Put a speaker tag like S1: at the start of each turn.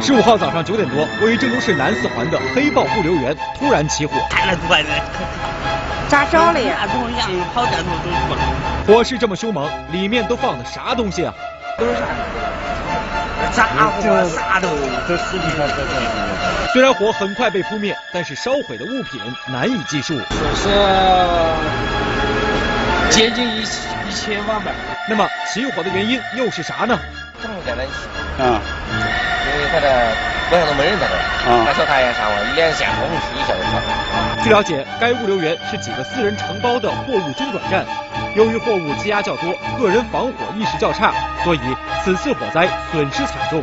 S1: 十五号早上九点多，位于郑州市南四环的黑豹物流园突然起火，
S2: 开了快点，
S3: 咋着了呀？
S2: 大通一样，啊好歹都都过了，
S1: 火势这么凶猛，里面都放的啥东西啊？
S2: 都是啥？杂货啥都都食品啊，这这
S1: 虽然火很快被扑灭，但是烧毁的物品难以计数。
S4: 损失接近一一千万吧。
S1: 那么起火的原因又是啥呢？
S5: 这么简单起，
S6: 啊
S5: 因为他的我想都没认他这，他说他也啥我一连下红旗一下就上。
S1: 据了解，该物流园是几个私人承包的货物中转站，由于货物积压较多，个人防火意识较差，所以此次火灾损失惨重。